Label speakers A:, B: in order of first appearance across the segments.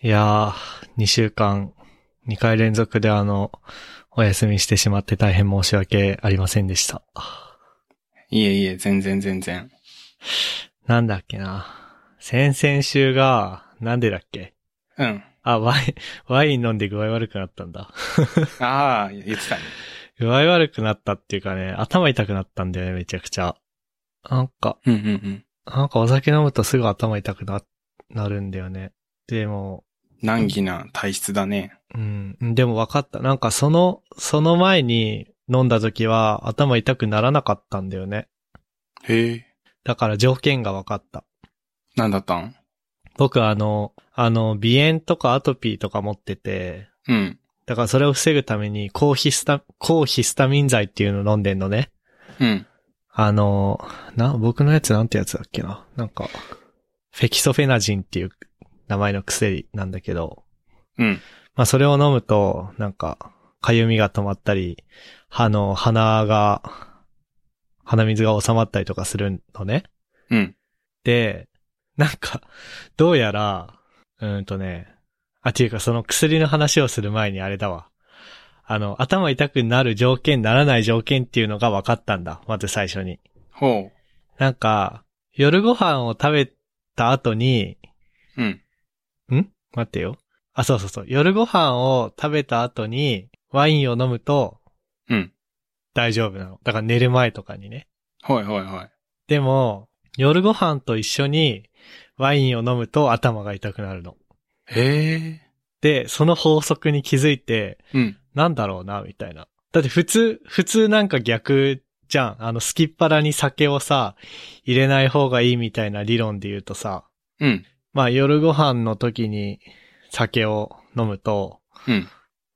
A: いやー、2週間、2回連続であの、お休みしてしまって大変申し訳ありませんでした。
B: いえいえ、全然全然。
A: なんだっけな。先々週が、なんでだっけ
B: うん。
A: あ、ワイン、ワイン飲んで具合悪くなったんだ。
B: ああ、言ってたね。
A: 具合悪くなったっていうかね、頭痛くなったんだよね、めちゃくちゃ。なんか、
B: うんうんうん。
A: なんかお酒飲むとすぐ頭痛くな、なるんだよね。でも、
B: 難儀な体質だね。
A: うん。でも分かった。なんかその、その前に飲んだ時は頭痛くならなかったんだよね。
B: へえ。
A: だから条件が分かった。
B: なんだったん
A: 僕あの、あの、鼻炎とかアトピーとか持ってて、
B: うん。
A: だからそれを防ぐために抗ヒスタ、抗ヒスタミン剤っていうのを飲んでんのね。
B: うん。
A: あの、な、僕のやつなんてやつだっけな。なんか、フェキソフェナジンっていう名前の薬なんだけど、
B: うん。
A: まあそれを飲むと、なんか、かゆみが止まったり、あの、鼻が、鼻水が収まったりとかするのね。
B: うん。
A: で、なんか、どうやら、うーんとね、あ、っていうかその薬の話をする前にあれだわ。あの、頭痛くなる条件、ならない条件っていうのが分かったんだ。まず最初に。
B: ほ
A: なんか、夜ご飯を食べた後に、
B: う。うん。
A: ん待ってよ。あ、そうそうそう。夜ご飯を食べた後にワインを飲むと
B: うん。
A: 大丈夫なの。だから寝る前とかにね。
B: ほいほいほい。
A: でも、夜ご飯と一緒にワインを飲むと頭が痛くなるの。
B: へえ。
A: で、その法則に気づいて、
B: うん。
A: なんだろうな、みたいな。だって普通、普通なんか逆じゃん。あの、すきっ腹に酒をさ、入れない方がいいみたいな理論で言うとさ、
B: うん。
A: まあ夜ご飯の時に酒を飲むと、
B: うん。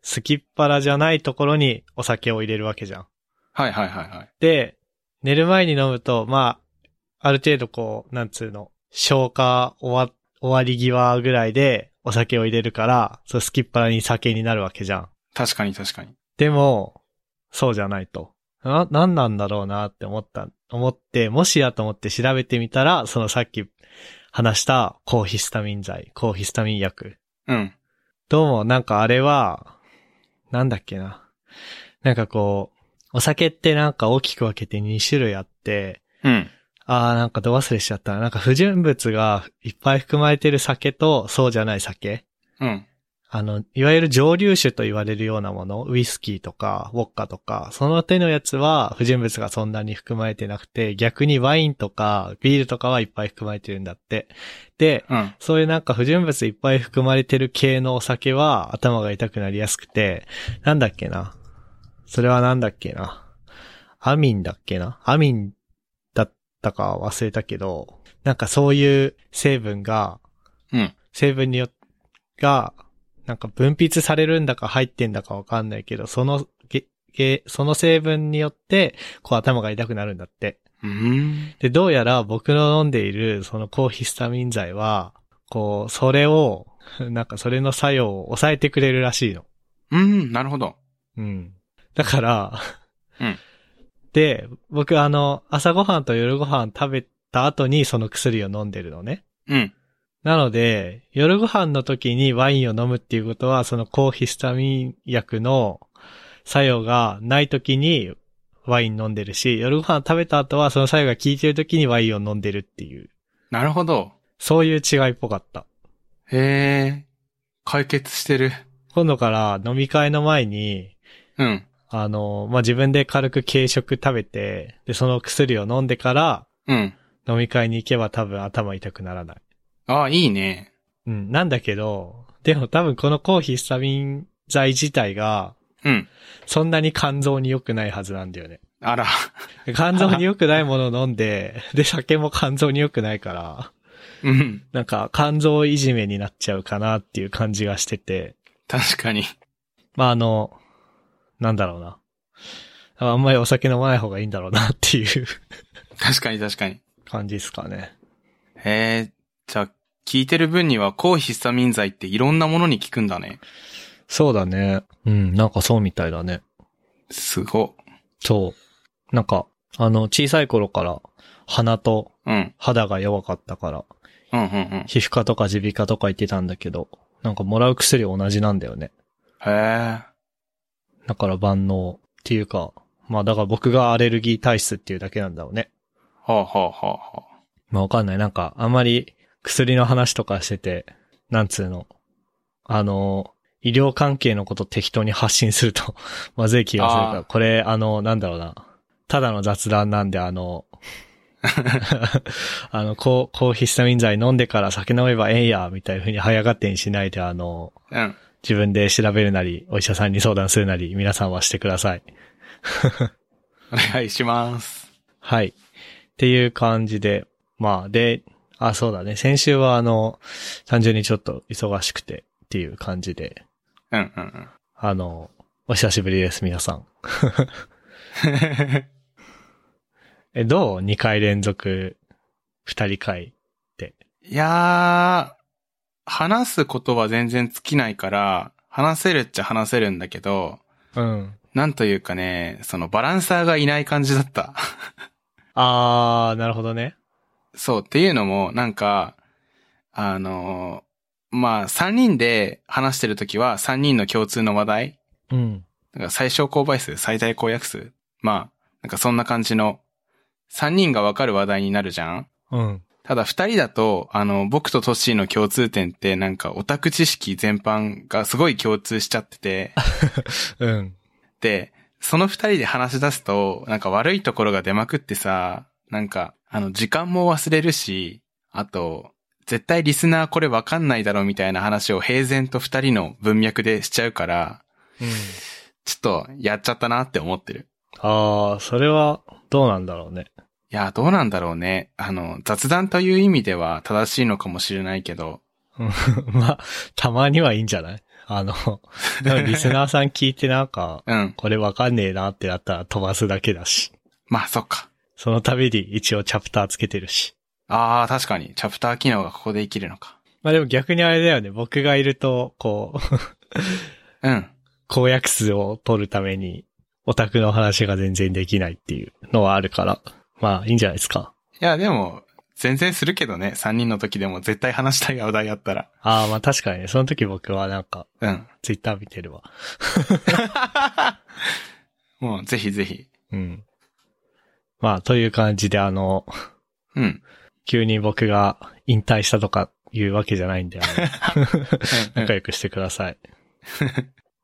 A: すきっ腹じゃないところにお酒を入れるわけじゃん。
B: はいはいはいはい。
A: で、寝る前に飲むと、まあ、ある程度こう、なんつうの、消化終わ、終わり際ぐらいでお酒を入れるから、そうすきっ腹に酒になるわけじゃん。
B: 確かに確かに。
A: でも、そうじゃないと。な、なんなんだろうなって思った、思って、もしやと思って調べてみたら、そのさっき話した抗ヒスタミン剤、抗ヒスタミン薬
B: うん。
A: どうも、なんかあれは、なんだっけな。なんかこう、お酒ってなんか大きく分けて2種類あって、
B: うん。
A: あーなんかど忘れしちゃったな。なんか不純物がいっぱい含まれてる酒と、そうじゃない酒。
B: うん。
A: あの、いわゆる蒸留酒と言われるようなもの、ウイスキーとか、ウォッカとか、その手のやつは不純物がそんなに含まれてなくて、逆にワインとかビールとかはいっぱい含まれてるんだって。で、
B: うん。
A: そういうなんか不純物いっぱい含まれてる系のお酒は頭が痛くなりやすくて、なんだっけな。それはなんだっけな。アミンだっけな。アミンだったか忘れたけど、なんかそういう成分が、
B: うん。
A: 成分によっが、なんか分泌されるんだか入ってんだかわかんないけど、その、げ、げ、その成分によって、こう頭が痛くなるんだって。
B: うーん。
A: で、どうやら僕の飲んでいるその抗ヒスタミン剤は、こう、それを、なんかそれの作用を抑えてくれるらしいの。
B: うん。なるほど。
A: うん。だから、
B: うん
A: で、僕あの、朝ごはんと夜ごはん食べた後にその薬を飲んでるのね。
B: うん。
A: なので、夜ご飯の時にワインを飲むっていうことは、その抗ヒスタミン薬の作用がない時にワイン飲んでるし、夜ご飯食べた後はその作用が効いてる時にワインを飲んでるっていう。
B: なるほど。
A: そういう違いっぽかった。
B: へえ。解決してる。
A: 今度から飲み会の前に、
B: うん。
A: あの、まあ、自分で軽く軽食食べて、で、その薬を飲んでから
B: うん。
A: 飲み会に行けば多分頭痛くならない。
B: ああ、いいね。
A: うん、なんだけど、でも多分この抗ヒスタミン剤自体が、
B: うん。
A: そんなに肝臓に良くないはずなんだよね。
B: あら。
A: 肝臓に良くないものを飲んで、 で、酒も肝臓に良くないから、
B: うん。
A: なんか肝臓いじめになっちゃうかなっていう感じがしてて、
B: 確かに。
A: まあ、あの、なんだろうな。あんまりお酒飲まない方がいいんだろうなっていう
B: 確かに確かに。
A: 感じですかね。
B: へえ、じゃあ、聞いてる分には抗ヒスタミン剤っていろんなものに効くんだね。
A: そうだね。うん、なんかそうみたいだね。
B: すご。
A: そう。なんか、あの、小さい頃から鼻と
B: うん。
A: 肌が弱かったから、
B: うんうんうん。
A: 皮膚科とか耳鼻科とか行ってたんだけど、なんかもらう薬同じなんだよね。
B: へえ。
A: だから万能っていうか、まあだから僕がアレルギー体質っていうだけなんだろうね。
B: はあはあはあは
A: まあわかんない。なんかあんまり薬の話とかしてて、なんつうの。あの、医療関係のこと適当に発信すると、 まずい気がするか
B: あー
A: ら、これあの、なんだろうな。ただの雑談なんであ の、あの、こう、抗ヒスタミン剤飲んでから酒飲めばええんや、みたいな風に早がってにしないで、あの、
B: あ。うん。
A: 自分で調べるなり、お医者さんに相談するなり、皆さんはしてください。
B: お願いします。
A: はい。っていう感じで、まあ、で、あ、そうだね。先週は、あの、単純にちょっと忙しくてっていう感じで、
B: うんうんうん。
A: あの、お久しぶりです、皆さん。 え、どう ?2 回連続、2人会。
B: いやー、話すことは全然尽きないから、話せるっちゃ話せるんだけど、
A: うん。
B: なんというかね、そのバランサーがいない感じだった。
A: あー、なるほどね。
B: そう、っていうのも、なんか、あのーまあ、3人で話してるときは、3人の共通の話題
A: うん。
B: なんか最小公倍数、最大公約数。まあ、なんかそんな感じの、3人がわかる話題になるじゃん
A: うん。
B: ただ2人だと、あの、僕とトッシーの共通点って、なんかオタク知識全般がすごい共通しちゃってて、
A: うん。
B: で、その2人で話し出すと、なんか悪いところが出まくってさ、なんか、あの、時間も忘れるし、あと、絶対リスナーこれわかんないだろうみたいな話を平然と2人の文脈でしちゃうから、
A: うん。
B: ちょっとやっちゃったなって思ってる。
A: あー、それは、どうなんだろうね。
B: いや、どうなんだろうね。あの、雑談という意味では正しいのかもしれないけど、
A: うん まあ、たまにはいいんじゃないあの、でもリスナーさん聞いてなんか、
B: うん。
A: これわかんねえなってなったら飛ばすだけだし。
B: まあ、そっか。
A: その度に一応チャプターつけてるし。
B: ああ、確かに。チャプター機能がここで生きるのか。
A: まあでも逆にあれだよね、僕がいると、こう、
B: うん。
A: 公約数を取るために、オタクの話が全然できないっていうのはあるから、まあいいんじゃないですか。
B: いや、でも、全然するけどね。3人の時でも絶対話したい話題あったら。
A: ああ、まあ確かにね、その時僕はなんか、
B: うん。
A: ツイッター見てるわ。
B: もう、ぜひぜひ。
A: うん。まあ、という感じであの、
B: うん。
A: 急に僕が引退したとかいうわけじゃないんで、あの
B: うん
A: 仲良くしてください。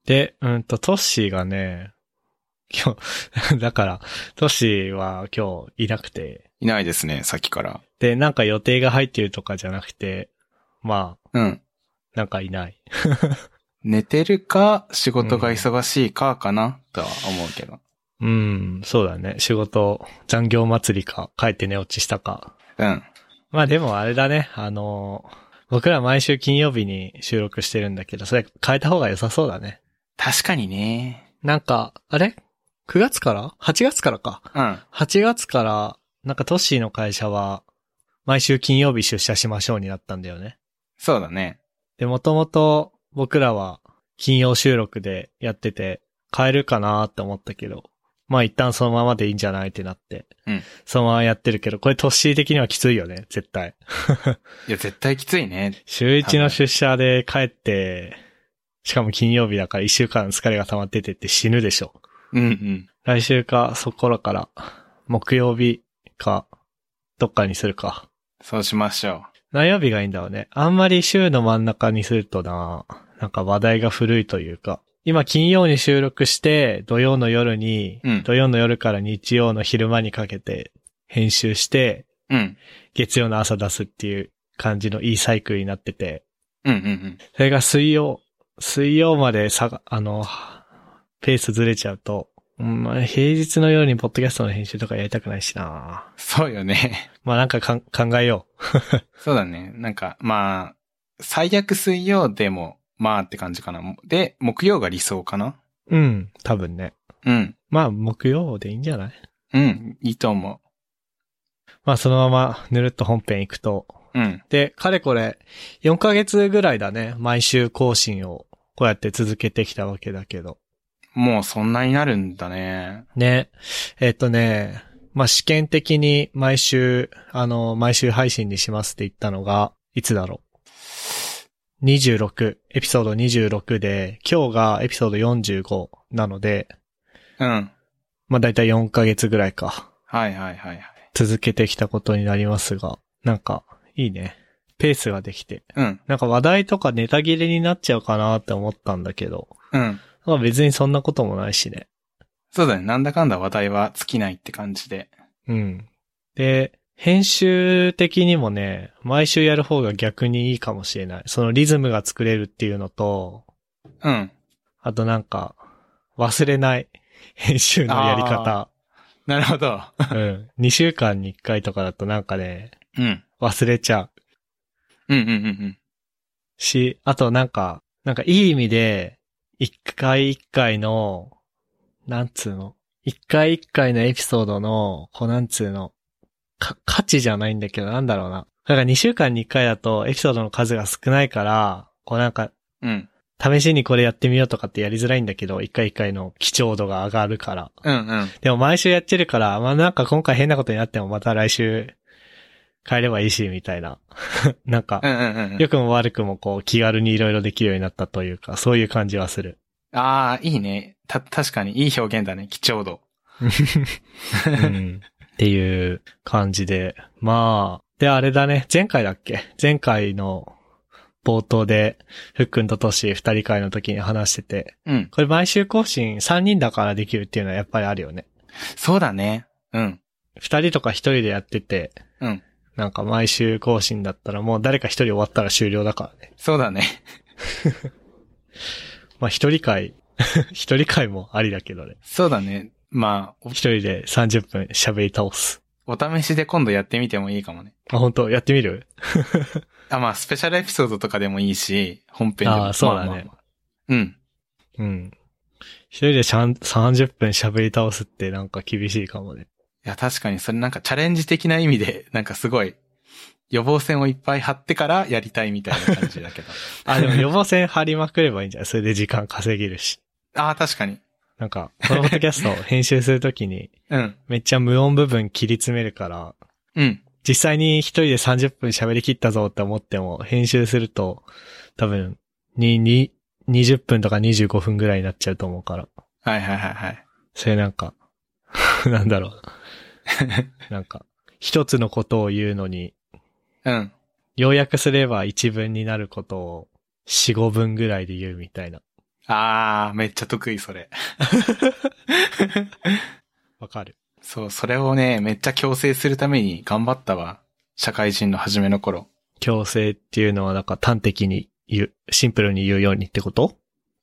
A: で、うんと、トッシーがね、今日、 だから、トッシーは今日いなくて、
B: いないですね、さっきから。
A: で、なんか予定が入ってるとかじゃなくて、まあ、
B: うん。
A: なんかいない。
B: 寝てるか、仕事が忙しいかかな、とは思うけど。
A: うん、そうだね。仕事、残業祭りか、帰って寝落ちしたか。
B: うん。
A: まあでもあれだね、あの僕ら毎週金曜日に収録してるんだけど、それ変えた方が良さそうだね。
B: 確かにね。
A: なんか、あれ ?9 月から ?8 月からか。
B: うん。
A: 8月から、なんかトッシーの会社は、毎週金曜日出社しましょうになったんだよね。
B: そうだね。
A: で、もともと僕らは金曜収録でやってて、変えるかなーって思ったけど、まあ一旦そのままでいいんじゃないってなって、
B: うん
A: そのままやってるけど、これトッシー的にはきついよね、絶対。
B: いや、絶対きついね。
A: 週一の出社で帰って、しかも金曜日だから一週間疲れが溜まっててって死ぬでしょ。
B: うんうん。
A: 来週か、そこらから、木曜日か、どっかにするか。
B: そうしましょ
A: 何曜日がいいんだろうね。あんまり週の真ん中にするとな、なんか話題が古いというか。今金曜に収録して、土曜の夜に、
B: うん
A: 土曜の夜から日曜の昼間にかけて編集して、
B: う。うん。
A: 月曜の朝出すっていう感じのいいサイクルになってて、
B: うんうんうん。
A: それが水曜、水曜まで下が、あの、ペースずれちゃうと、うんまあ、平日のようにポッドキャストの編集とかやりたくないしな
B: そうよね。
A: まあなんかかん考えよ
B: そうだね。なんか、まあ、最悪水曜でも、まあって感じかな。で、木曜が理想かな
A: う。うん、多分ね。
B: うん。
A: まあ木曜でいいんじゃない
B: うん。いいと思
A: まあそのままぬるっと本編行くと。
B: う。うん。
A: で、かれこれ、4ヶ月ぐらいだね。毎週更新をこうやって続けてきたわけだけど。
B: もうそんなになるんだね。
A: ね。えっ、とね、まあ、試験的に毎週、あの、毎週配信にしますって言ったのが、いつだろ26、エピソード26で、今日がエピソード45なので、
B: うん。
A: まあだいたい4ヶ月ぐらいか、
B: はいはいはいはい。
A: 続けてきたことになりますが、なんか、いいね。ペースができて。
B: うん。
A: なんか話題とかネタ切れになっちゃうかなって思ったんだけど、
B: うん。
A: まあ別にそんなこともないしね。
B: そうだね。なんだかんだ話題は尽きないって感じで。
A: うん。で、編集的にもね、毎週やる方が逆にいいかもしれない。そのリズムが作れるっていうのと、
B: うん。
A: あとなんか、忘れない編集のやり方。
B: なるほど。
A: うん。2週間に1回とかだとなんかね、
B: うん。
A: 忘れちゃ
B: うんうんうんう
A: う
B: ん。
A: し、あとなんか、なんかいい意味で、1回1回の、なんつうの、1回1回のエピソードの、こうなんつうの、か、価値じゃないんだけど、なんだろうな。だから2週間に1回だとエピソードの数が少ないから、こうなんか、
B: うん。
A: 試しにこれやってみようとかってやりづらいんだけど、1回1回の貴重度が上がるから。
B: うんうん。
A: でも毎週やってるから、まあなんか今回変なことになってもまた来週変えればいいし、みたいな。 なんか
B: う、んうんうんうん。
A: 良くも悪くもこう気軽にいろいろできるようになったというか、そういう感じはする。
B: ああ、いいね。た、確かにいい表現だね。貴重度。
A: うんっていう感じで。まあ、で、あれだね。前回だっけ前回の冒頭で、ふっくんととし二人会の時に話してて、
B: うん。
A: これ毎週更新三人だからできるっていうのはやっぱりあるよね。
B: そうだね。うん。
A: 二人とか一人でやってて、
B: うん。
A: なんか毎週更新だったらもう誰か一人終わったら終了だからね。
B: そうだね。
A: まあ一人会、 一人会もありだけどね。
B: そうだね。まあ、
A: 一人で30分喋り倒す。
B: お、お試しで今度やってみてもいいかもね。
A: あ、本当やってみる
B: あ、まあ、スペシャルエピソードとかでもいいし、本編でも。
A: あーそうだね
B: まままあうん。
A: うん。一人でしゃん30分喋り倒すってなんか厳しいかもね。
B: いや、確かにそれなんかチャレンジ的な意味で、 なんかすごい、予防線をいっぱい張ってからやりたいみたいな感じだけど。
A: あ、でも予防線張りまくればいいんじゃない それで時間稼げるし。
B: ああ、確かに。
A: なんか、このポッドキャストを編集するときに、
B: うん。
A: めっちゃ無音部分切り詰めるから、
B: うん。
A: 実際に一人で30分喋り切ったぞって思っても、編集すると、多分、に、に、20分とか25分ぐらいになっちゃうと思うから。
B: はいはいはいはい。
A: それなんか、 なんだろ う。なんか、一つのことを言うのに、
B: うん。
A: 要約すれば一文になることを四五文ぐらいで言うみたいな。
B: ああ、めっちゃ得意、それ。
A: わかる
B: そう、それをね、めっちゃ強制するために頑張ったわ。社会人の初めの頃。
A: 強制っていうのはなんか端的に言う、シンプルに言うようにってこと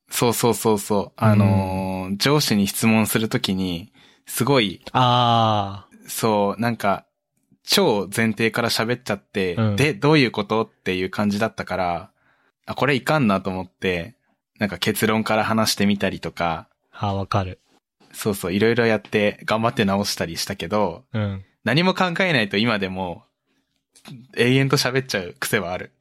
B: そうそうそうそう。あのー上司に質問するときに、すごい、
A: あ
B: そう、なんか、超前提から喋っちゃって、
A: うん
B: で、どういうことっていう感じだったから、あ、これいかんなと思って、なんか結論から話してみたりとか、
A: あ、あーわかる。
B: そうそう、いろいろやって頑張って直したりしたけど、
A: うん。
B: 何も考えないと今でも、永遠と喋っちゃう癖はある。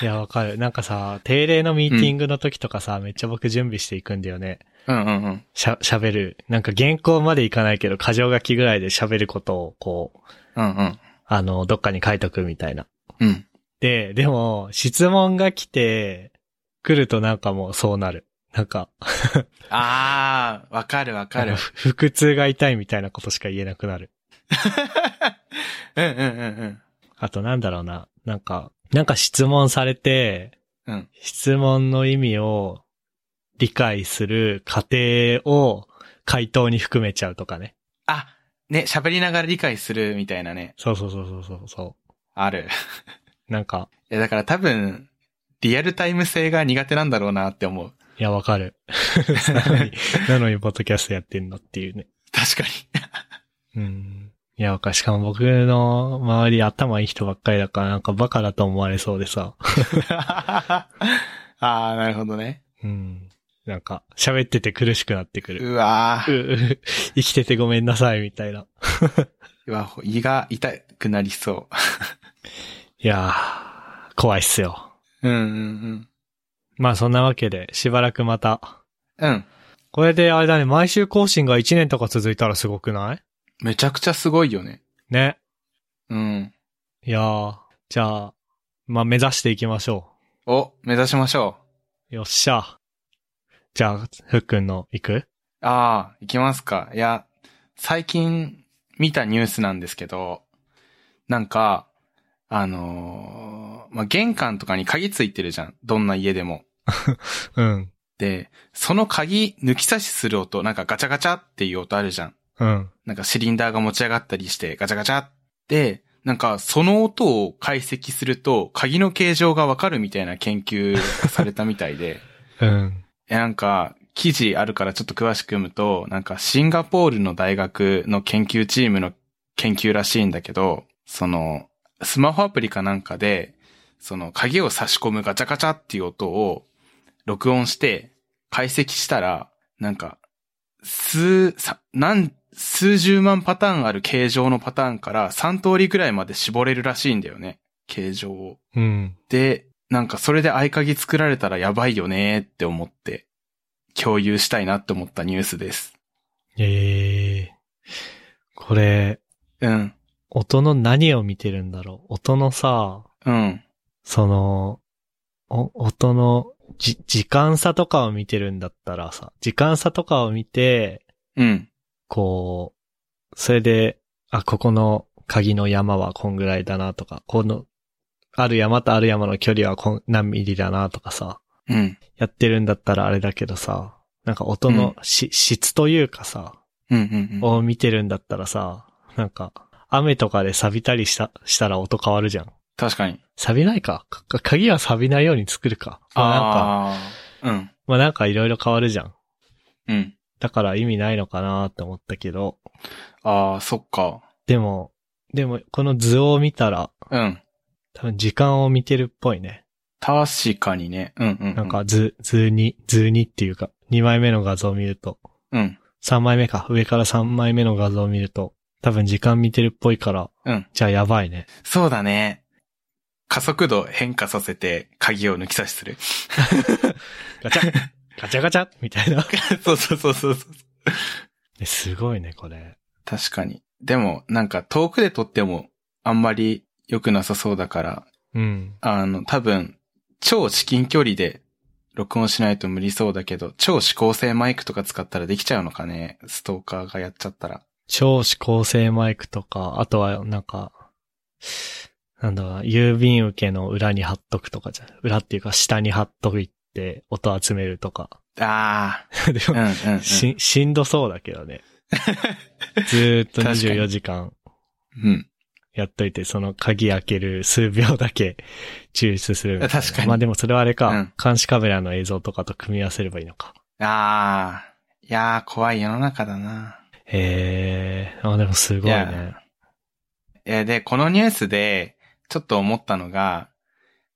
A: いや、わかる。なんかさ、定例のミーティングの時とかさ、めっちゃ僕準備していくんだよね。
B: うんうんうん。
A: しゃ、喋る。なんか原稿までいかないけど、箇条書きぐらいで喋ることを、こう、
B: うんうん。
A: あの、どっかに書いとくみたいな。
B: うん。
A: で、でも、質問が来て、来るとなんかもうそうなる。なんか、
B: あー、わかるわか
A: なん
B: る
A: か。ふ腹痛が痛いみたいなことしか言えなくなる。
B: うんうんうん
A: あとなんだろうな。なんか、なんか質問されて、
B: うん。うん。
A: 質問の意味を理解する過程を回答に含めちゃうとかね。
B: あ、ね、喋りながら理解するみたいなね、
A: そうそうそうそうそうそ
B: ある。
A: う。なんか、
B: いや、だから多分、リアルタイム性が苦手なんだろうなって思う。
A: いや、わか る。なのに、なのにポッドキャストやってんのっていうね。
B: 確か
A: うん。いや、わかる。しかも僕の周り頭いい人ばっかりだから、なんかバカだと思われそうでさ。
B: に。 ああ、なるほどね。
A: うん。なんか、喋ってて苦しくなってくる。
B: うわ
A: う
B: ー
A: う生きててごめんなさい、みたいな。
B: うわ、胃が痛くなりそ
A: いやー、怖いっすよ。
B: う。うんうん
A: まあそんなわけで、しばらくまた。
B: うん。うん。
A: これであれだね、毎週更新が1年とか続いたらすごくない
B: めちゃくちゃすごいよね。
A: ね。
B: うん。
A: いやー、じゃあ、まあ目指していきましょ
B: を目指しましょ
A: よっしゃ。じゃあ、ふっくんの行く
B: う。ああ、行きますか。いや、最近見たニュースなんですけど、なんか、あのーまあ、玄関とかに鍵ついてるじゃん。どんな家でも。
A: うん。
B: で、その鍵抜き差しする音、なんかガチャガチャっていう音あるじゃん。
A: うん。
B: なんかシリンダーが持ち上がったりしてガチャガチャって、なんかその音を解析すると鍵の形状がわかるみたいな研究がされたみたいで、
A: うん。
B: え、なんか、記事あるからちょっと詳しく読むと、なんかシンガポールの大学の研究チームの研究らしいんだけど、その、スマホアプリかなんかで、その鍵を差し込むガチャガチャっていう音を録音して解析したら、なんか、数、さ、何、数十万パターンある形状のパターンから3通りぐらいまで絞れるらしいんだよね。形状を。
A: うん。
B: で、なんかそれで合鍵作られたらやばいよねーって思って、共有したいなって思ったニュースです。
A: ええこれ、
B: うん、
A: 音の何を見てるんだろう音のさ、
B: うん。
A: その、お音のじ、時間差とかを見てるんだったらさ、時間差とかを見て、
B: うん。
A: こう、それで、あ、ここの鍵の山はこんぐらいだなとか、この、ある山とある山の距離はこん何ミリだなとかさ、
B: うん。
A: やってるんだったらあれだけどさ、なんか音のし、質というかさ、
B: うん。うん。うん
A: を見てるんだったらさ、なんか、雨とかで錆びたりした、したら音変わるじゃん。
B: 確かに。
A: 錆びないかかか鍵は錆びないように作るか。まあなんか、
B: あー。うん。
A: まあなんかいろいろ変わるじゃん。
B: うん。
A: だから意味ないのかなって思ったけど、
B: あー、そっか。
A: でも、でもこの図を見たら、
B: うん。
A: 多分時間を見てるっぽいね。
B: 確かにね。うんうん、うん。
A: なんか図、図に、図にっていうか、2枚目の画像を見ると、
B: うん。
A: 3枚目か、上から3枚目の画像を見ると、多分時間見てるっぽいから、
B: うん。
A: じゃあやばいね。
B: そうだね。加速度変化させて鍵を抜き差しする。
A: ガチャガチャガチャみたいな。
B: そうそうそうそうそう。
A: えすごいね、これ。
B: 確かに。でも、なんか遠くで撮ってもあんまり良くなさそうだから、
A: うん。
B: あの、多分、超至近距離で録音しないと無理そうだけど、超指向性マイクとか使ったらできちゃうのかねストーカーがやっちゃったら。
A: 超指向性マイクとか、あとはなんか、なんだろうな、郵便受けの裏に貼っとくとかじゃ、裏っていうか下に貼っといて音集めるとか。
B: あ
A: で
B: あ、うん
A: も、
B: うん、うん。
A: し、しんどそうだけど ね。ずーっと
B: 確かに
A: 24時間
B: うん。
A: やっといて、その鍵開ける数秒だけ抽出するみたいな。
B: 確かに
A: まあでもそれはあれか、
B: うん
A: 監視カメラの映像とかと組み合わせればいいのか。
B: ああ、いやー、怖い世の中だな。
A: へえ、あ、でもすごい
B: い
A: ね。
B: えーで、このニュースで、ちょっと思ったのが、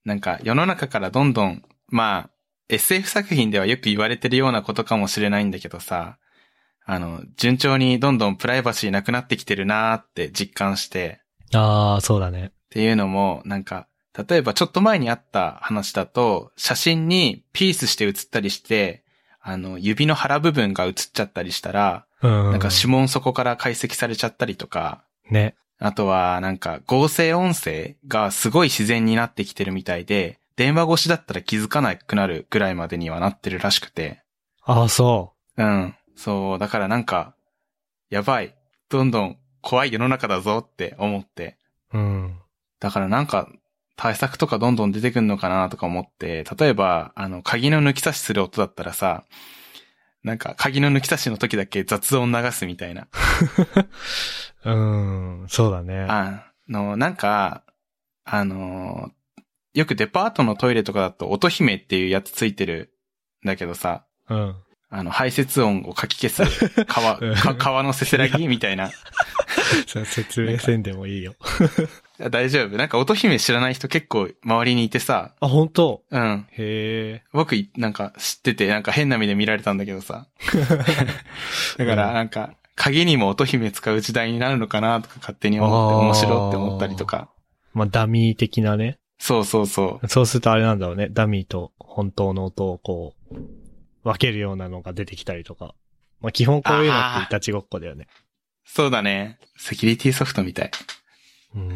B: なんか世の中からどんどん、まあ、SF 作品ではよく言われてるようなことかもしれないんだけどさ、あの、順調にどんどんプライバシーなくなってきてるなーって実感して、
A: ああ、そうだね。
B: っていうのも、なんか、例えばちょっと前にあった話だと、写真にピースして写ったりして、あの、指の腹部分が写っちゃったりしたら、
A: うん。
B: なんか指紋そこから解析されちゃったりとか、
A: ね。
B: あとは、なんか、合成音声がすごい自然になってきてるみたいで、電話越しだったら気づかなくなるぐらいまでにはなってるらしくて。
A: ああ、そう。
B: うん。そう、だからなんか、やばい。どんどん怖い世の中だぞって思って。
A: うん。
B: だからなんか、対策とかどんどん出てくんのかなとか思って、例えば、あの、鍵の抜き差しする音だったらさ、なんか、鍵の抜き差しの時だけ雑音流すみたいな。
A: うん、そうだね。
B: あの、なんか、あの、よくデパートのトイレとかだと音姫っていうやつついてるんだけどさ、
A: うん。
B: あの、排泄音をかき消す川、か川のせせらぎみたいな。
A: それ説明せんでもいいよ。
B: 大丈夫なんか音姫知らない人結構周りにいてさ、
A: あ、本当
B: うん。
A: へえ。
B: 僕い、なんか知ってて、なんか変な目で見られたんだけど さ。だから、なんか、鍵にも音姫使う時代になるのかなとか勝手に思って
A: あー
B: 面白いって思ったりとか。
A: まあ、ダミー的なね。
B: そうそうそう。
A: そうするとあれなんだろうね。ダミーと本当の音をこう、分けるようなのが出てきたりとか。まあ、基本こういうのっていたちごっこだよね。
B: そうだね。セキュリティ ソフトみたい。
A: うん。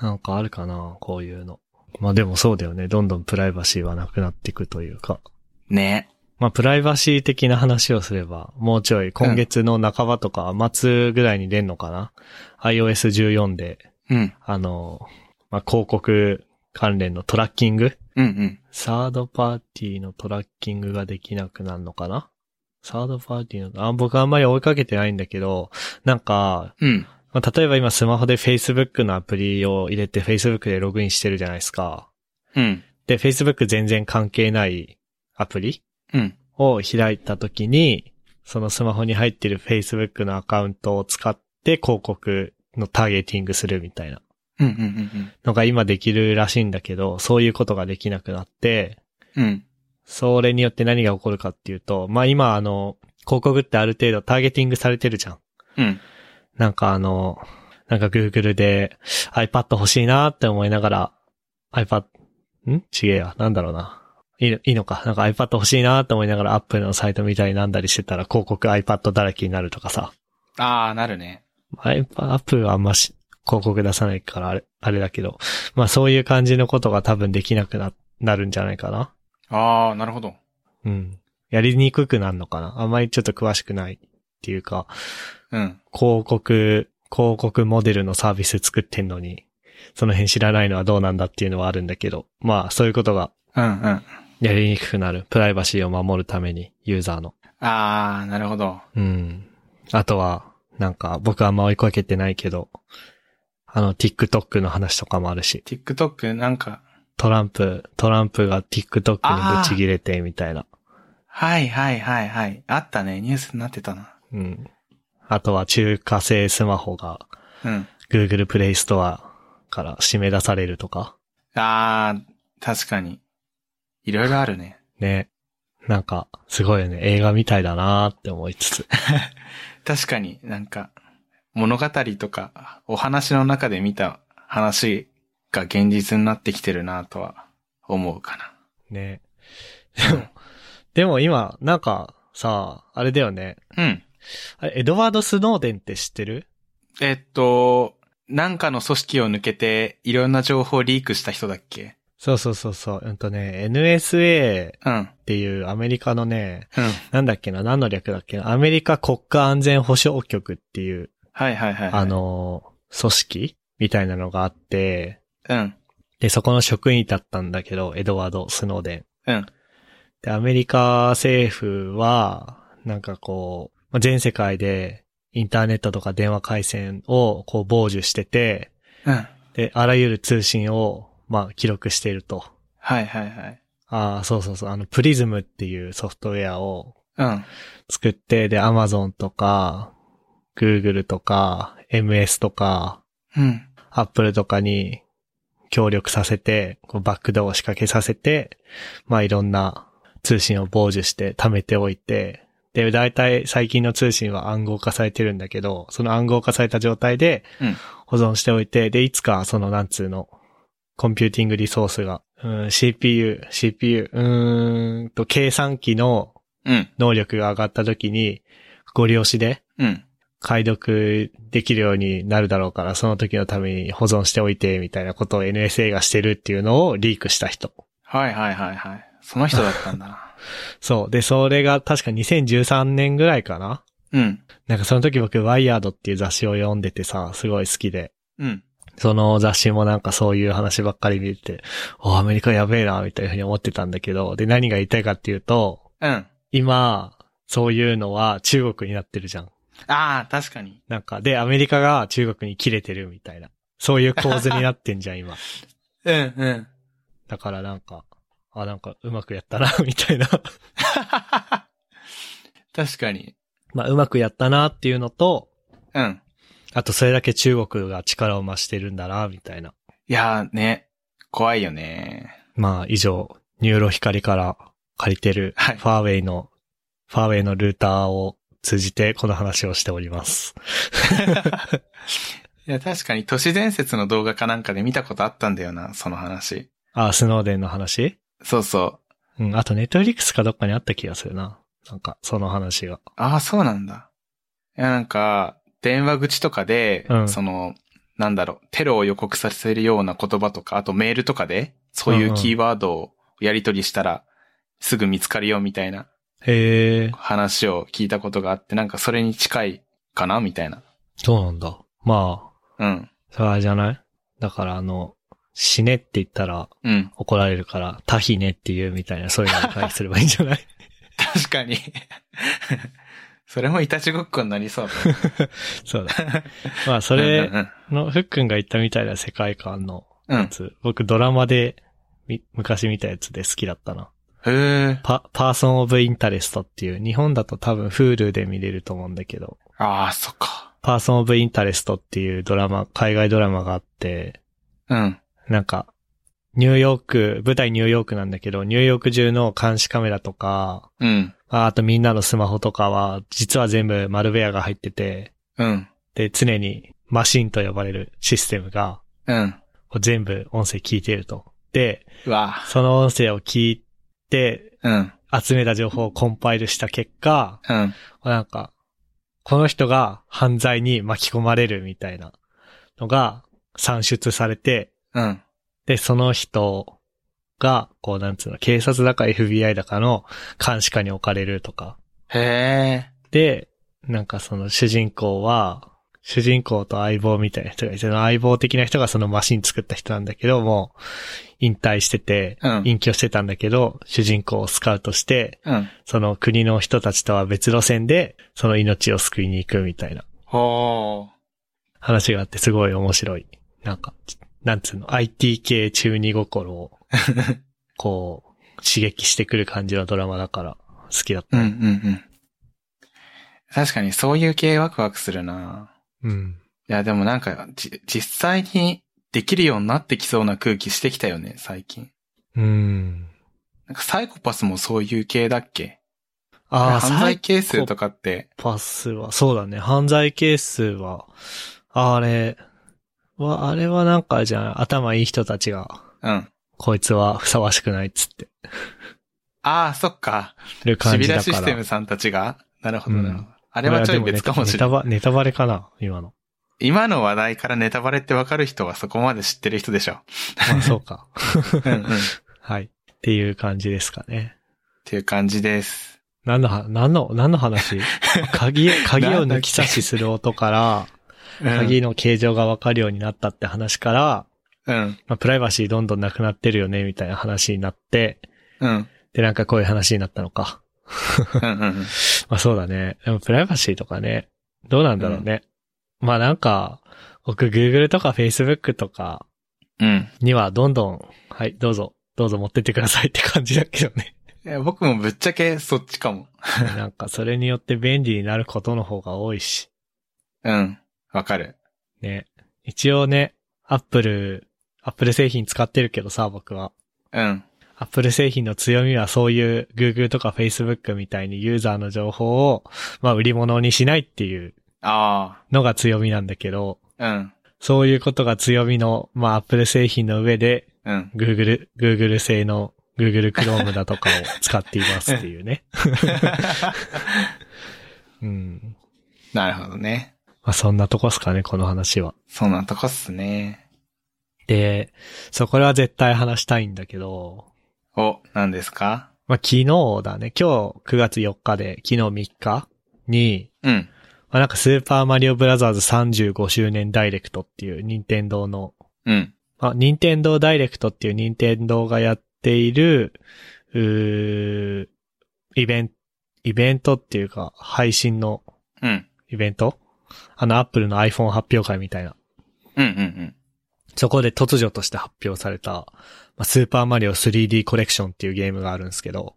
A: なんかあるかなこういうの。まあでもそうだよね。どんどんプライバシーはなくなっていくというか。
B: ね。
A: まあプライバシー的な話をすれば、もうちょい今月の半ばとか末ぐらいに出んのかな、?iOS14 で、
B: うん。
A: あの、まあ広告関連のトラッキング
B: うんうん。
A: サードパーティーのトラッキングができなくなるのかなサードパーティーの、あ僕あんまり追いかけてないんだけど、なんか、
B: うん。
A: まあ、例えば今スマホで Facebook のアプリを入れて Facebook でログインしてるじゃないですか。
B: うん。
A: で、Facebook 全然関係ないアプリ
B: うん。
A: を開いたときに、そのスマホに入ってる Facebook のアカウントを使って広告のターゲティングするみたいな
B: うん。うん。
A: のが今できるらしいんだけど、そういうことができなくなって、
B: うん。
A: それによって何が起こるかっていうと、まあ今あの、広告ってある程度ターゲティングされてるじゃん。
B: うん。
A: なんかあの、なんか Google で iPad 欲しいなって思いながら、iPad、んちげえや、なんだろうな。いいのいいのか。なんか iPad 欲しいなって思いながら Apple のサイト見たりなんだりしてたら広告 iPad だらけになるとかさ。
B: ああ、なるね。
A: iPad、Apple はあんまし広告出さないからあれ、あれだけど。まあそういう感じのことが多分できなくな、なるんじゃないかな。
B: ああ、なるほど。
A: うん。やりにくくなるのかなあんまりちょっと詳しくないっていうか、
B: うん。
A: 広告、広告モデルのサービス作ってんのに、その辺知らないのはどうなんだっていうのはあるんだけど、まあそういうことが
B: うんうん。あ
A: やりにくくなる。プライバシーを守るために、ユーザーの。
B: あ、なるほど。
A: うん。あとは、なんか僕はあんま追いかけてないけど、あの TikTok の話とかもあるし、
B: TikTok なんか、
A: トランプ、トランプが TikTok にぶち切れてみたいな。
B: はいはいはいはい。あったね。ニュースになってたな。
A: うん。あとは中華製スマホが
B: うん。
A: Google プレイストアから締め出されるとか、
B: ああ、確かに。いろいろあるね。
A: ね。なんか、すごいよね。映画みたいだなーって思いつつ。
B: 確かになんか、物語とか、お話の中で見た話が現実になってきてるなとは思うかな。
A: ね。でも、でも今、なんか、さ、あれだよね。
B: うん。
A: あれ、エドワード・スノーデンって知ってる
B: えっと、なんかの組織を抜けて、いろんな情報をリークした人だっけ
A: そうそうそうそう。うんとね、NSA っ
B: うん。うん。
A: ていうアメリカのね、なんだっけな、何の略だっけな、アメリカ国家安全保障局っていう、
B: はいはいはい。
A: あ、のー、組織みたいなのがあって、
B: うん。
A: で、そこの職員だったんだけど、エドワード・スノーデン。
B: うん。
A: で、アメリカ政府は、なんかこう、まあ全世界でインターネットとか電話回線をこう傍受してて、
B: うん。
A: で、あらゆる通信を、まあ、記録していると。
B: はいはいはい。
A: ああ、そうそうそう、あの、プリズムっていうソフトウェアを
B: うん。
A: 作って、で、アマゾンとか、Google とか、MS とか、
B: うん。
A: Apple とかに協力させて、こうバックドアを仕掛けさせて、まあいろんな通信を傍受して貯めておいて、で、大体最近の通信は暗号化されてるんだけど、その暗号化された状態で
B: うん
A: 保存しておいて、で、いつかそのなんつうの、コンピューティングリソースが、うん CPU、CPU、うーんと、計算機の
B: うん。
A: 能力が上がった時に、ご利用しで、
B: うん。
A: 解読できるようになるだろうから、その時のために保存しておいて、みたいなことを NSA がしてるっていうのをリークした人。
B: はいはいはいはい。その人だったんだな。
A: そう。で、それが確か2013年ぐらいかな
B: うん。
A: なんかその時僕、ワイヤードっていう雑誌を読んでてさ、すごい好きで。
B: うん。
A: その雑誌もなんかそういう話ばっかり見てて、おアメリカやべえな、みたいなふうに思ってたんだけど、で、何が言いたいかっていうと、
B: うん。あ
A: 今、そういうのは中国になってるじゃん。
B: あー、確かに。
A: なんか、で、アメリカが中国に切れてるみたいな。そういう構図になってんじゃん、今。
B: うんうん。
A: だからなんか、あ、なんかうまくやったな、 みたいな。
B: 確かに。
A: まあ、うまくやったなっていうのと、
B: うん。
A: あとそれだけ中国が力を増してるんだな、みたいな。
B: いやーね。怖いよね。
A: まあ、以上、ニューロ光から借りてる、
B: はい
A: ファーウェイの、ファーウェイのルーターを通じてこの話をしております。
B: いや、確かに都市伝説の動画かなんかで見たことあったんだよな、その話。
A: あ、スノーデンの話
B: そうそう。
A: うん、あとネットフリックスかどっかにあった気がするな。なんか、その話が。
B: ああ、そうなんだ。いや、なんか、電話口とかで、
A: うん
B: その、なんだろう、テロを予告させるような言葉とか、あとメールとかで、そういうキーワードをやり取りしたら、すぐ見つかるよみたいな
A: へえ、
B: 話を聞いたことがあって、なんかそれに近いかなみたいな。
A: そうなんだ。ま
B: うん。
A: あ、それはあれじゃないだからあの、死ねって言ったら
B: うん。
A: 怒られるから、他ひねって言うみたいな、そういうのに対すればいいんじゃない
B: 確かに。 それもいたちごっこになりそうだ。
A: そうだ。まあ、そ
B: そ
A: れ
B: うん
A: の、ふっくんが言ったみたいな世界観の
B: うん、うん。
A: やつ、僕ドラマで、み昔見たやつで好きだったな。
B: へえ。
A: パ、パーソンオブインタレストっていう、日本だと多分 Hulu で見れると思うんだけど、
B: ああ、そっか。
A: パーソンオブインタレストっていうドラマ、海外ドラマがあって、
B: うん。
A: なんか、ニューヨーク、舞台ニューヨークなんだけど、ニューヨーク中の監視カメラとか、
B: うん。
A: ああとみんなのスマホとかは、実は全部マルウェアが入ってて、
B: うん。
A: で、常にマシンと呼ばれるシステムが、
B: うん。
A: こう全部音声聞いてると。で、
B: うわ。
A: その音声を聞いて、
B: うん。
A: 集めた情報をコンパイルした結果、
B: うん。
A: なんか、この人が犯罪に巻き込まれるみたいなのが算出されて、
B: うん。
A: で、その人が、こうなんつうの、警察だか FBI だかの監視下に置かれるとか。
B: へえ。
A: で、なんかその主人公は、主人公と相棒みたいな人がいて、その相棒的な人がそのマシン作った人なんだけど、もう引退してて、
B: うん。
A: 隠居してたんだけど、主人公をスカウトして、
B: うん。
A: その国の人たちとは別路線で、その命を救いに行くみたいな
B: ほ
A: 話があって、すごい面白い。なんか、なんつうの、IT 系中二心 を、
B: ー。
A: こう、刺激してくる感じのドラマだから、好きだっ
B: う
A: た。
B: んうんうん。確かにそういう系ワクワクするな
A: うん。
B: いや、でもなんか、じ、実際にできるようになってきそうな空気してきたよね、最近。
A: うん。
B: なんかサイコパスもそういう系だっけ
A: ああ、
B: 犯
A: サ
B: 罪
A: イ
B: 係数とかって、
A: パスは、そうだね。犯罪係数は、あれは、あれはなんかあれじゃない頭いい人たちが、
B: うん。あ
A: こいつはふさわしくないっつって
B: あー、そっか。
A: る
B: シ
A: 感
B: ビ
A: じ
B: ラ
A: だか
B: シ
A: ら。
B: ステムさんたちがなるほどなるほど。
A: う
B: あ
A: あ
B: れはちょい別かもしれな
A: ネタ
B: い。
A: バネタバレかな今の。
B: 今の話題からネタバレってわかる人はそこまで知ってる人でし ょ。
A: まあ、そうか。
B: うんうん。っ
A: はい。っていう感じですかね。
B: ていう感じです。
A: 何のは、何の、何の話 鍵、鍵を抜き差しする音から、
B: うん
A: 鍵の形状がわかるようになったって話から、
B: うん。
A: まあ、プライバシーどんどんなくなってるよね、みたいな話になって、
B: うん。
A: で、なんかこういう話になったのか。
B: うんうんうん。
A: まあそうだね。でもプライバシーとかね、どうなんだろうね。まあなんか、僕 Google とか Facebook とか
B: うん。
A: にはどんどん、はい、どうぞ、どうぞ持ってってくださいって感じだけど ね。
B: いや僕もぶっちゃけそっちかも。
A: なんかそれによって便利になることの方が多いし。
B: うん。わかる。
A: ね。一応ね、Apple、Apple 製品使ってるけどさ、僕は。
B: うん。
A: Apple 製品の強みはそういう Google とか Facebook みたいにユーザーの情報を、まあ売り物にしないっていう
B: あ
A: のが強みなんだけど、
B: あ。うん。
A: そういうことが強みの、まあ Apple 製品の上で
B: うん。
A: Google、Google 製の Google Chrome だとかを使っていますっていうね。うん。
B: なるほどね。
A: まあそんなとこっすかね、この話は。
B: そんなとこっすね。
A: で、そう、これは絶対話したいんだけど、
B: お、何ですか
A: まあ、昨日だね。今日9月4日で、昨日3日に、
B: うん。
A: まあ、なんかスーパーマリオブラザーズ35周年ダイレクトっていう任天堂の、
B: うん。
A: まあ、任天堂ダイレクトっていう任天堂がやっている、うーイベント、イベントっていうか、配信の
B: うん。
A: イベントあの、アップルの iPhone 発表会みたいな。
B: うんうん
A: そこで突如として発表された、まあ、スーパーマリオ 3D コレクションっていうゲームがあるんですけど、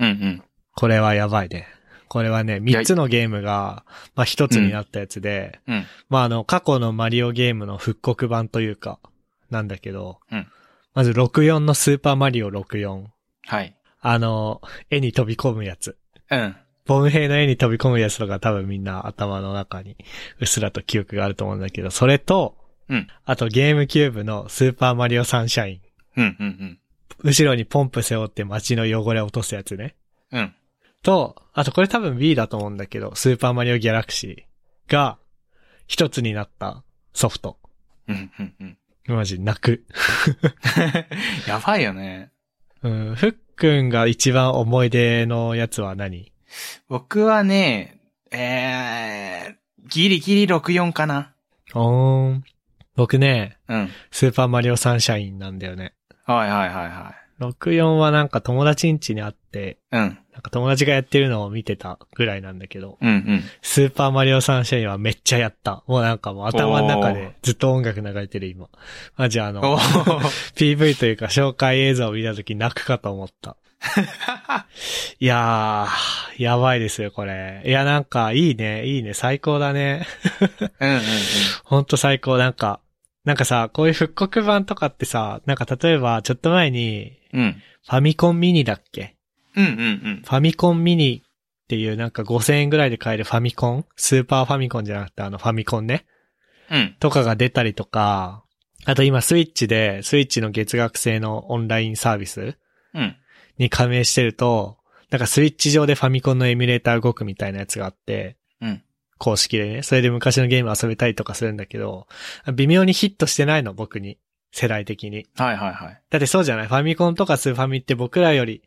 B: うん。うん
A: これはやばいね。これはね、
B: いや
A: 3つのゲームが、まあ1つになったやつで、
B: うん。うん。
A: まああの、過去のマリオゲームの復刻版というか、なんだけど、
B: うん
A: まず64のスーパーマリオ64。
B: はい。
A: あの、絵に飛び込むやつ。
B: うん。
A: ボム兵の絵に飛び込むやつとか多分みんな頭の中にうっすらと記憶があると思うんだけど、それと、
B: うん
A: あとゲームキューブのスーパーマリオサンシャイン。
B: うんうん
A: 後ろにポンプ背負って街の汚れを落とすやつね。
B: うん。うん。
A: と、あとこれ多分 B だと思うんだけど、スーパーマリオギャラクシーが一つになったソフト。
B: うんうんうん。
A: マジ、泣く。
B: やばいよね。
A: うん、ふっくんが一番思い出のやつは何
B: 僕はね、えー、ギリギリ64かな。
A: おーん。僕ね、
B: うん。
A: スーパーマリオサンシャインなんだよね。
B: はいはいはいは
A: 64はなんか友達ん家にあって、
B: い。うん。
A: なんか友達がやってるのを見てたぐらいなんだけど、
B: うんうん。
A: スーパーマリオサンシャインはめっちゃやった。もうなんかもう頭の中
B: おー
A: でずっと音楽流れてる今。マジあ
B: お
A: の、
B: ー
A: PV というか紹介映像を見た時泣くかと思 った。いやー、やばいですよこれ。いやなんかいいね、いいね、最高だね。
B: うんうんうん。
A: ほんと最高。なんか、なんかさ、こういう復刻版とかってさ、なんか例えばちょっと前に、
B: うん。
A: ファミコンミニだっけ
B: うんうんうん。
A: ファミコンミニっていうなんか5000円ぐらいで買えるファミコンスーパーファミコンじゃなくてあのファミコンね。
B: うん。
A: とかが出たりとか、あと今スイッチで、スイッチの月額制のオンラインサービス
B: うん。
A: に加盟してると、なんかスイッチ上でファミコンのエミュレーター動くみたいなやつがあって、
B: うん。
A: 公式でね、それで昔のゲーム遊べたりとかするんだけど、微妙にヒットしてないの、僕に。世代的に。
B: はいはいはい。
A: だってそうじゃないファミコンとかスーファミって僕らより、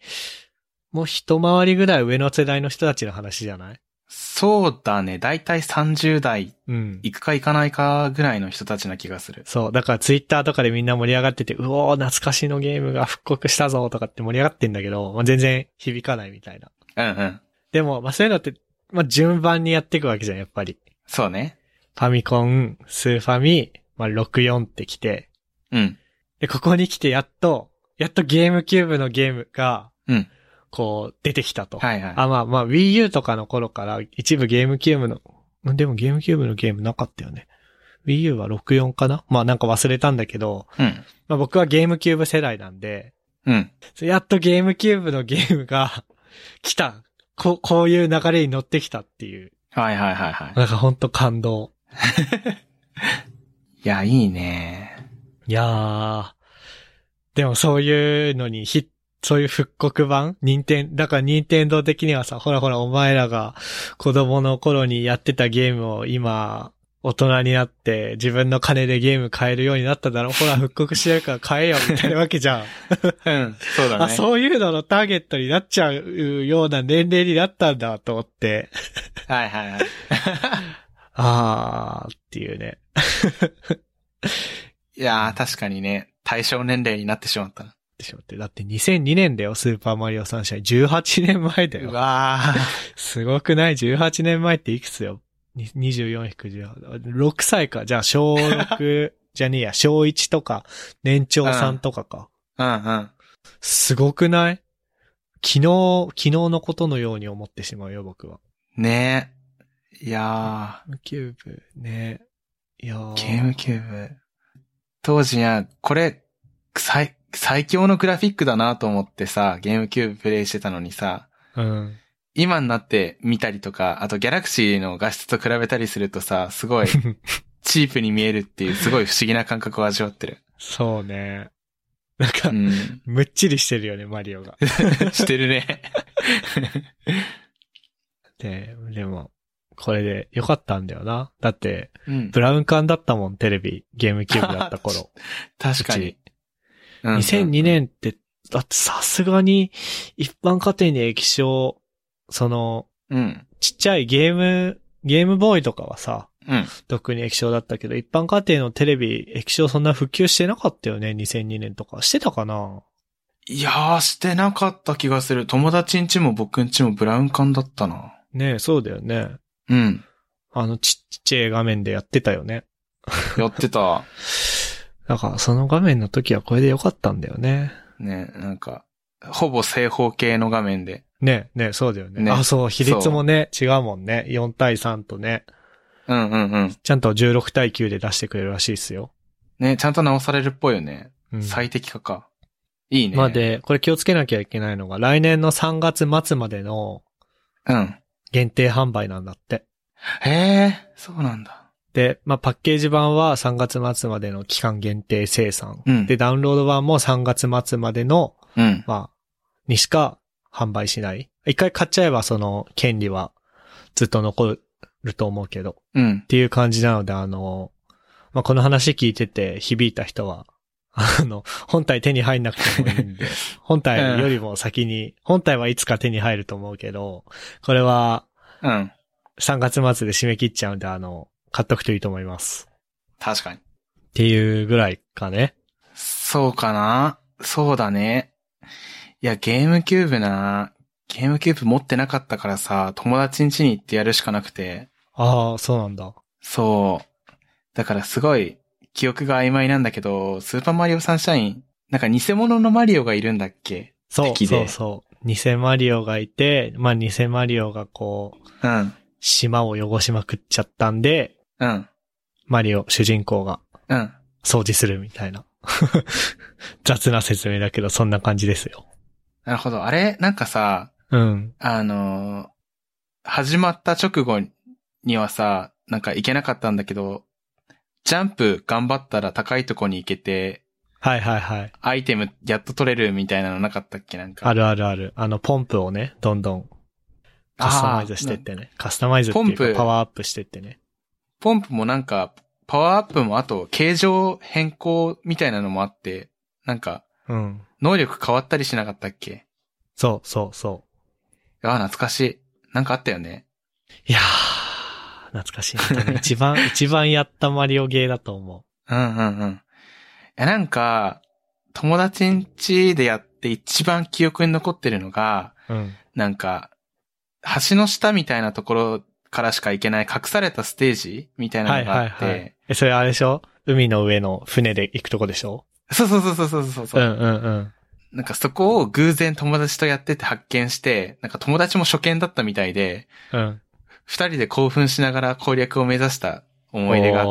A: もう一回りぐらい上の世代の人たちの話じゃない
B: そうだね。だいたい30代
A: うん。
B: 行くか行かないかぐらいの人たちな気がする。
A: そう。だからツイッターとかでみんな盛り上がってて、うおー、懐かしのゲームが復刻したぞとかって盛り上がってんだけど、まあ、全然響かないみたいな。
B: うんうん。
A: でも、まあ、そういうのって、まあ、順番にやっていくわけじゃん、やっぱり。
B: そうね。
A: ファミコン、スーファミ、まあ、64って来て。
B: うん。
A: で、ここに来てやっと、やっとゲームキューブのゲームが、
B: うん。
A: こう、出てきたと。
B: はいはい。
A: あ、まあまあ、Wii U とかの頃から一部ゲームキューブの、うんでもゲームキューブのゲームなかったよね。Wii U は64かなまあなんか忘れたんだけど、
B: うん。
A: まあ僕はゲームキューブ世代なんで、
B: うん。
A: やっとゲームキューブのゲームが来た。こう、こういう流れに乗ってきたっていう。
B: はいはいはいはい。
A: なんかほんと感動。
B: いや、いいね。
A: いやー。でもそういうのにひ、そういう復刻版任天、だから任天堂的にはさ、ほらほらお前らが子供の頃にやってたゲームを今、大人になって自分の金でゲーム買えるようになっただろほら復刻してるから買えよみたいなわけじゃん。
B: うん。そうだね。
A: あ、そういうののターゲットになっちゃうような年齢になったんだと思って。
B: はいはいはい。
A: あーっていうね。
B: いやー、確かにね、対象年齢になってしまったな。
A: ってしまって。だって2002年だよ、スーパーマリオサンシャイン。18年前だよ
B: う。わ
A: すごくない ?18 年前っていくつよに ?24-18。6歳か。じゃあ、小6 じゃねえや、小1とか、年長さんとかか。
B: ー。うんうん。
A: すごくない昨日、昨日のことのように思ってしまうよ、僕は。
B: ねえ。いや
A: キューブ、ね。いやー
B: ー、ゲームキューブ。当時や、これ、最、最強のグラフィックだなと思ってさ、ゲームキューブプレイしてたのにさ、
A: うん。
B: 今になって見たりとか、あとギャラクシーの画質と比べたりするとさ、す ごいチープに見えるっていう、すごい不思議な感覚を味わってる。
A: そうね。なんか、
B: うん。
A: むっちりしてるよね、マリオが。
B: してるね。
A: で、でも、これで良かったんだよな。だって、
B: うん
A: ブラウン管だったもん、テレビ、ゲームキューブだった頃。
B: 確かに。うんうん
A: 2002年って、だってさすがに一般家庭に液晶、その、
B: うん。
A: ちっちゃいゲーム、ゲームボーイとかはさ、
B: うん。
A: 特に液晶だったけど、一般家庭のテレビ、液晶そんな普及してなかったよね、2002年とか。してたかない
B: やー、してなかった気がする。友達ん家も僕ん家もブラウン管だったな。
A: ねえ、そうだよね。
B: うん。
A: あの、ちちっちゃい画面でやってたよね。
B: やってた。
A: だから、その画面の時はこれでよかったんだよね。
B: ね、なんか、ほぼ正方形の画面で。
A: ねえ、ねえ、そうだよね。
B: ね
A: あ、そう、比率もね、違うもんね。4対3とね、
B: うんうんうん。
A: ちゃんと16対9で出してくれるらしいですよ。
B: ね、ちゃんと直されるっぽいよね。
A: うん
B: 最適化か。いいね。
A: まあ。で、これ気をつけなきゃいけないのが、来年の3月末までの
B: うん。
A: 限定販売なんだって。
B: へえ、そうなんだ。
A: で、まあパッケージ版は3月末までの期間限定生産。
B: うん
A: で、ダウンロード版も3月末までの、
B: うん。
A: まあ、にしか販売しない。一回買っちゃえばその権利はずっと残ると思うけど。
B: うん
A: っ。ていう感じなので、あの、まあ、この話聞いてて響いた人は、 あの、本体手に入んなくてもいい んで、本体よりも先に、本体はいつか手に入ると思うけど、これは
B: うん。
A: 3月末で締め切っちゃうんで、あの、買っとくといいと思います。
B: 確かに。
A: っていうぐらいかね。
B: そうかなそうだね。いや、ゲームキューブな。ゲームキューブ持ってなかったからさ、友達ん家に行ってやるしかなくて。
A: ああ、そうなんだ。
B: そう。だからすごい、記憶が曖昧なんだけど、スーパーマリオサンシャイン、なんか偽物のマリオがいるんだっけ
A: そう、
B: 敵
A: そ
B: で
A: うそう。偽マリオがいて、まあ、偽マリオがこう、
B: うん。
A: 島を汚しまくっちゃったんで、
B: うん。
A: マリオ、主人公が
B: うん。
A: 掃除するみたいな。 雑な説明だけど、そんな感じですよ。
B: なるほど。あれなんかさ、
A: うん。
B: あのー始まった直後にはさ、なんか行けなかったんだけど、ジャンプ頑張ったら高いとこに行けて、
A: はいはいはい。
B: アイテムやっと取れるみたいなのなかったっけなんか。
A: あるあるある。あの、ポンプをね、どんどんカスタマイズしてってね。カスタマイズっていう
B: ポン
A: か
B: プ
A: パワーアップしてってね。
B: ポンプもなんか、パワーアップもあと、形状変更みたいなのもあって、なんか、
A: うん。
B: 能力変わったりしなかったっけ
A: そうそうそ
B: ああ、懐かしい。なんかあったよね。
A: う。いやー、懐かしい。多 分一番、一番やったマリオゲーだと思
B: うんうんうん。いや、なんか、友達ん家でやって一番記憶に残ってるのが、
A: う。うん。
B: なんか、橋の下みたいなところからしか行けない隠されたステージみたいな
A: は
B: の
A: い
B: があ
A: はい
B: って、
A: はい。え、それあれでしょ海の上の船で行くとこでしょ
B: そうそうそうそうそうそう
A: う
B: そう、
A: んうんうん。
B: なんかそこを偶然友達とやってて発見して、なんか友達も初見だったみたいで、
A: うん。
B: 二人で興奮しながら攻略を目指した思い出があって、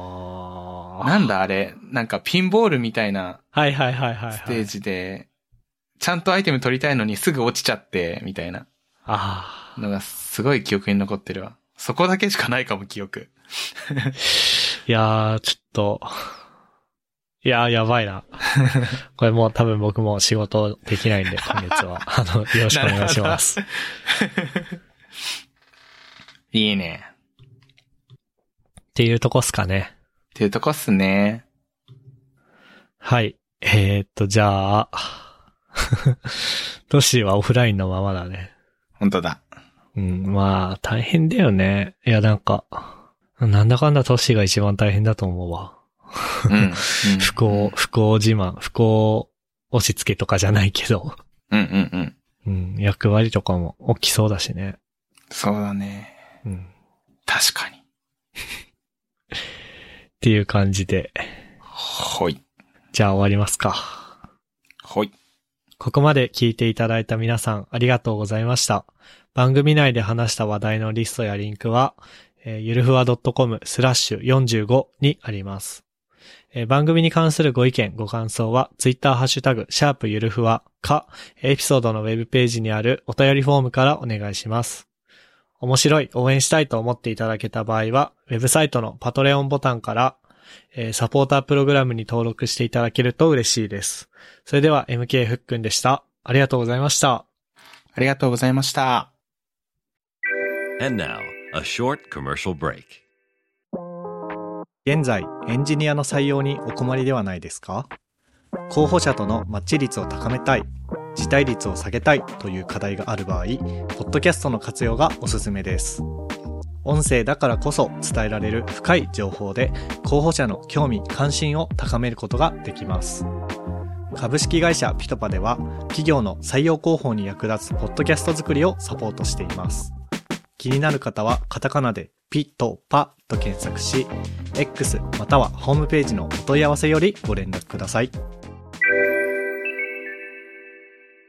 A: おー
B: なんだあれ、なんかピンボールみたいな
A: はいはいはいはい、はい。
B: ステージで、ちゃんとアイテム取りたいのにすぐ落ちちゃって、みたいな
A: ああ。
B: のがすごい記憶に残ってるわ。そこだけしかないかも、記憶。
A: いやー、ちょっと。いやー、やばい な。これもう多分僕も仕事できない んで、今月は。あの、よろしくお願いします。
B: いいね。
A: っていうとこっすかね。
B: っていうとこっすね。
A: はい。えー、っと、じゃあ、 トッシーはオフラインのままだね。
B: 本当だ。
A: うん、まあ、大変だよね。いや、なんか、なんだかんだトッシーが一番大変だと思うわ。
B: うん。うん
A: 不幸、不幸自慢、不幸押し付けとかじゃないけど。
B: うんうんう
A: う
B: ん。
A: ん、役割とかも大きそうだしね。
B: そうだね。
A: うん。
B: 確かに。
A: っていう感じで。
B: ほい。
A: じゃあ終わりますか。
B: ほい。
A: ここまで聞いていただいた皆さんありがとうございました。番組内で話した話題のリストやリンクは、えーゆるふわ .com スラッシュ45にあります。えー番組に関するご意見、ご感想は、ツイッターハッシュタグ、シャープゆるふわか、エピソードのウェブページにあるお便りフォームからお願いします。面白い、応援したいと思っていただけた場合は、ウェブサイトのパトレオンボタンから、えーサポータープログラムに登録していただけると嬉しいです。それでは MK ふっくんでした。ありがとうございました。
B: ありがとうございました。
C: And now, a short commercial break.
A: 現在エンジニアの採用にお困りではないですか候補者とのマッチ率を高めたい辞退率を下げたいという課題がある場合ポッドキャストの活用がおすすめです音声だからこそ伝えられる深い情報で候補者の興味関心を高めることができます株式会社ピトパでは企業の採用広報に役立つポッドキャスト作りをサポートしています気になる方はカタカナでピトパと検索し X またはホームページのお問い合わせよりご連絡ください。